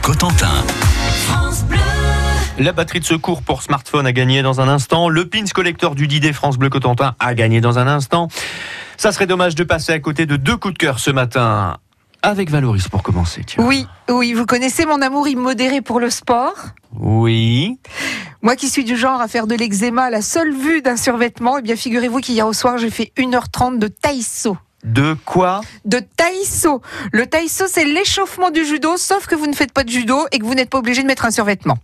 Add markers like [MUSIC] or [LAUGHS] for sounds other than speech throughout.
Cotentin. La batterie de secours pour smartphone a gagné dans un instant. Le pins collector du Didé France Bleu Cotentin a gagné dans un instant. Ça serait dommage de passer à côté de deux coups de cœur ce matin. Avec Valoris pour commencer. tiens. Oui, oui, vous connaissez mon amour immodéré pour le sport. Oui. Moi qui suis du genre à faire de l'eczéma à la seule vue d'un survêtement, eh bien figurez-vous qu'hier au soir j'ai fait 1h30 de taïso. De quoi De taïso. Le taïso c'est l'échauffement du judo, sauf que vous ne faites pas de judo et que vous n'êtes pas obligé de mettre un survêtement.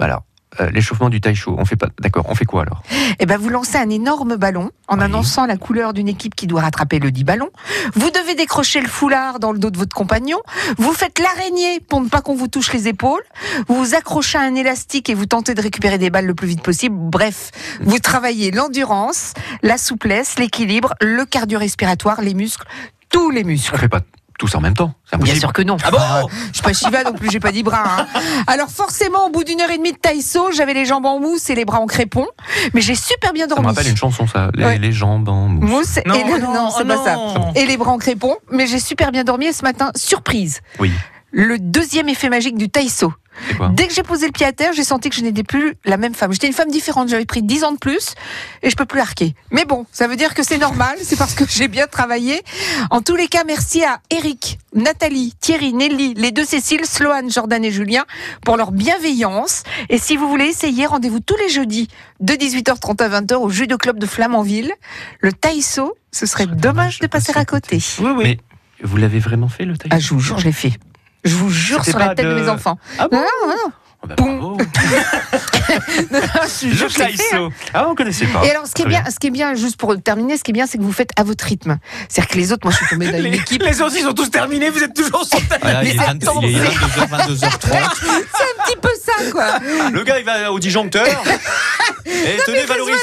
Bah Alors, euh, l'échauffement du taïcho. On fait pas. D'accord. On fait quoi alors Eh ben vous lancez un énorme ballon en Oui. annonçant la couleur d'une équipe qui doit rattraper le dit ballon. Vous devez décrocher le foulard dans le dos de votre compagnon. Vous faites l'araignée pour ne pas qu'on vous touche les épaules. Vous vous accrochez à un élastique et vous tentez de récupérer des balles le plus vite possible. Bref, vous travaillez l'endurance, la souplesse, l'équilibre, le cardio-respiratoire, les muscles, tous les muscles. On fait pas tous en même temps. C'est Bien impossible. sûr que non. Ah bon Je suis pas Shiva non plus, j'ai pas dit bras. hein. Alors forcément, au bout d'une heure et demie de taïso, j'avais les jambes en mousse et les bras en crépon, mais j'ai super bien Ça me dormi. rappelle une chanson ça. Les, Ouais. les jambes en mousse. Mousse et le- non, c'est pas ça. Et les bras en crépon, mais j'ai super bien dormi et ce matin, surprise. Oui. Le deuxième effet magique du taïso. C'est quoi Dès que j'ai posé le pied à terre, j'ai senti que je n'étais plus la même femme. J'étais une femme différente, j'avais pris 10 ans de plus et je peux plus arquer. Mais bon, ça veut dire que c'est normal, c'est parce que [LAUGHS] j'ai bien travaillé. En tous les cas, merci à Eric, Nathalie, Thierry, Nelly, les deux Cécile, Sloane, Jordan et Julien pour leur bienveillance. Et si vous voulez essayer, rendez-vous tous les jeudis de 18h30 à 20h au Judo Club de Flamanville. Le Taïso, ce serait dommage de passer à côté. Oui, oui. Mais vous l'avez vraiment fait le taïcho Ah, je vous jure, je l'ai fait. Je vous jure C'était sur la pas tête de... de- mes enfants. [LAUGHS] Ah bon Non, non, non. Oh, bah, Poum. bravo. Non, non, je- je- Le je l'ai fait, hein. taïcho. Ah, on connaissait pas. Et alors, ce qui est Très bien, ce qui est bien, juste pour terminer, ce qui est bien, c'est que vous faites à votre rythme. C'est-à-dire que les autres, moi, je suis [LAUGHS] tombée dans une équipe. les autres, ils ont tous terminé, vous êtes toujours sur Ah, terre. Voilà, Mais il est 22 attends, il est c'est- 22h, 22h30. C'est un petit peu ça, quoi. [LAUGHS] Le gars, il va au [LAUGHS] disjoncteur. Et tenez, Valoris,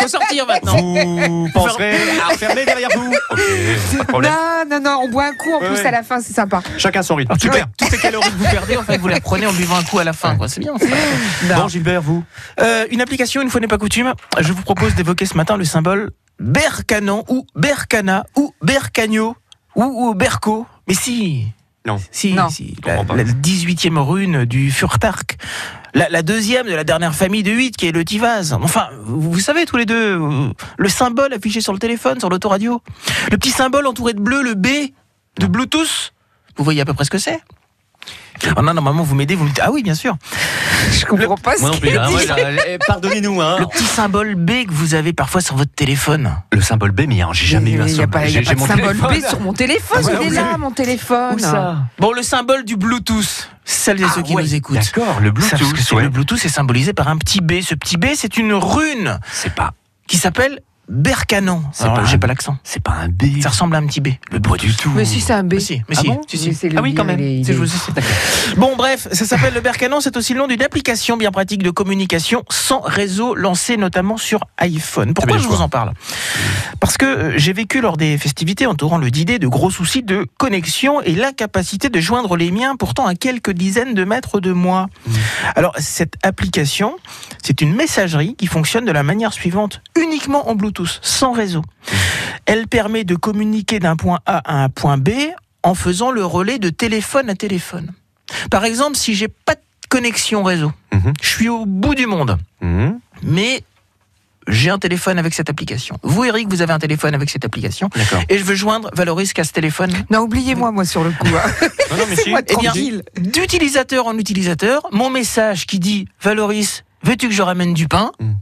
Faut sortir maintenant. [LAUGHS] vous penserez à refermer derrière vous. [LAUGHS] Ok, pas de problème. Non, non, non, on boit un coup en Ouais, plus ouais. à la fin, c'est sympa. Chacun son Ah, rythme. Super. Toutes les calories que vous perdez, en fait, vous les reprenez en buvant un coup à la fin. quoi. C'est bien. ça. Bon, Gilbert, vous Euh, une application, une fois n'est pas coutume, je vous propose d'évoquer ce matin le symbole Bercanon ou Bercana ou Bercagno ou, ou Berco. Mais si Non. Si, Non. si. Je La, comprends pas. la 18e rune du Furtark. La, la deuxième de la dernière famille de 8 qui est le Tivaz. Enfin, vous, vous savez tous les deux, euh, le symbole affiché sur le téléphone, sur l'autoradio. Le petit symbole entouré de bleu, le B de Bluetooth. Vous voyez à peu près ce que c'est ah non, normalement, vous m'aidez, vous me dites. Ah oui, bien sûr. Je comprends pas ce Moi non plus. qu'il hein, dit. moi, j'ai- eh, Pardonnez-nous. hein. Le petit symbole B que vous avez parfois sur votre téléphone. Le symbole B, mais hein, j'ai jamais eu un Il n'y a pas, symbole. il y a J'ai pas j'ai de mon symbole téléphone. B sur mon téléphone. Ah, il est vous là, avez- mon téléphone. Bon, le symbole du Bluetooth. Celles et Ah ceux qui ouais, nous écoutent. D'accord, le savent ce que Bluetooth, c'est. ouais. Le Bluetooth est symbolisé par un petit B. Ce petit B, c'est une rune c'est pas, qui s'appelle Bercanon. C'est Alors, pas là, un- j'ai pas l'accent. c'est pas un B. Ça ressemble à un petit B. le pas du tout. Mais si, c'est un B. Mais si, mais Ah si, bon si, si. Mais c'est le- Ah oui, quand il même. est- il Si, je est- vous- si, si, d'accord. Bon, bref, ça s'appelle le Bercanon. C'est aussi le nom d'une application bien pratique de communication sans réseau lancée notamment sur iPhone. Pourquoi bien, je je vous en parle Parce que euh, j'ai vécu lors des festivités entourant le d de gros soucis de connexion et l'incapacité de joindre les miens pourtant à quelques dizaines de mètres de moi. Alors, cette application, c'est une messagerie qui fonctionne de la manière suivante, uniquement en Bluetooth, sans réseau. Elle permet de communiquer d'un point A à un point B en faisant le relais de téléphone à téléphone. Par exemple, si j'ai pas de connexion réseau, Mhm. je suis au bout du monde, Hmm, mais j'ai un téléphone avec cette application. Vous, Eric, vous avez un téléphone avec cette application. [LAUGHS] D'accord. Et je veux joindre Valoris qu'à ce téléphone. Non, oubliez-moi, moi, sur le coup. hein. [LAUGHS] Non, non, mais [LAUGHS] si. moi, Eh bien, tranquille. d'utilisateur en utilisateur, mon message qui dit Valoris, veux-tu que je ramène du pain Mm.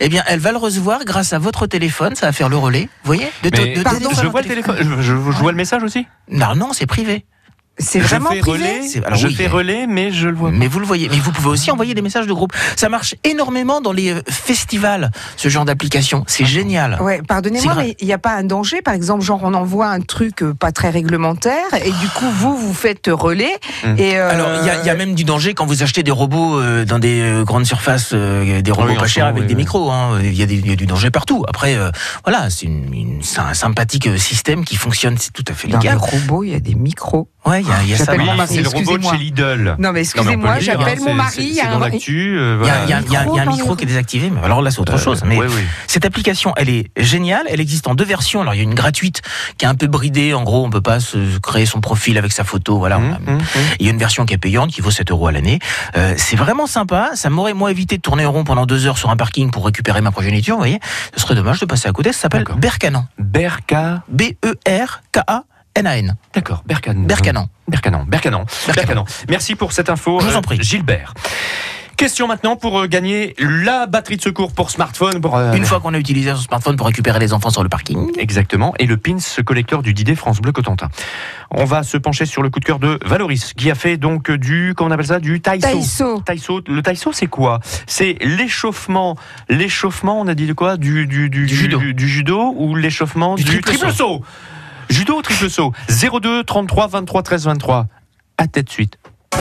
Eh bien, elle va le recevoir grâce à votre téléphone. Ça va faire le relais, vous voyez de to- Mais de- de- Pardon, de- je vois le téléphone, je, je- je vois le message aussi. Non, non, c'est privé. C'est Je vraiment fais privé. relais, C'est- alors je oui, fais mais- relais, mais je le vois. pas. Mais vous le voyez. Mais vous pouvez aussi envoyer des messages de groupe. Ça marche énormément dans les euh, festivals, ce genre d'application. C'est génial. Ouais, pardonnez-moi, C'est grave. mais il n'y a pas un danger, par exemple, genre on envoie un truc euh, pas très réglementaire et du coup vous vous faites relais Mm. et euh, Alors, il y, a- il y a même du danger quand vous achetez des robots euh, dans des euh, grandes surfaces, euh, des robots oui, en pas ce chers moment, avec oui, des oui. micros. hein. Il y, a des- il y a du danger partout. Après, euh, voilà, c'est une- une- c'est un sympathique euh, système qui fonctionne, c'est tout à fait dans les légal. robots il y a des micros. Ouais, il y a, il y a ça. J'appelle Oui, mon mari, c'est le robot de excusez-moi. chez Lidl. Non, mais on Non, mais peut excusez-moi, le dire, j'appelle hein, mon c'est- mari. C'est c'est alors- dans l'actu. euh, Il y a, voilà. Euh, il y a- il y a- il y a un micro qui est désactivé, mais alors là c'est autre chose. Mais Oui, oui. cette application, elle est géniale, elle existe en deux versions. Alors il y a une gratuite qui est un peu bridée, en gros on peut pas se créer son profil avec sa photo, voilà. Hum, on a- hum, hum. Il y a une version qui est payante, qui vaut 7 euros à l'année. Euh, c'est vraiment sympa. Ça m'aurait, moi, évité de tourner en rond pendant deux heures sur un parking pour récupérer ma progéniture, vous voyez. Ce serait dommage de passer à côté. Ça s'appelle E D'accord. Bercanan. Berka. B-E-R-K-A-N-A-N. D'accord, Berkanan. Bercanan. Bercanan, Bercanan, Bercanan. Merci pour cette info, Je vous en euh, prie. Gilbert. Question maintenant pour euh, gagner la batterie de secours pour smartphone. Pour, euh, Une fois qu'on a utilisé son smartphone pour récupérer les enfants sur le parking. Exactement, et le pins collecteur du Didé France Bleu Cotentin. On va se pencher sur le coup de cœur de Valoris, qui a fait donc du, comment on appelle ça, du Taïso. Taïso. Taïso, le Taïso, c'est quoi C'est l'échauffement, l'échauffement, on a dit de quoi du, du, du, Du judo. du judo ou l'échauffement Du du, triple triple saut Judo ou triple saut 02 33 23 13 23. À tête suite.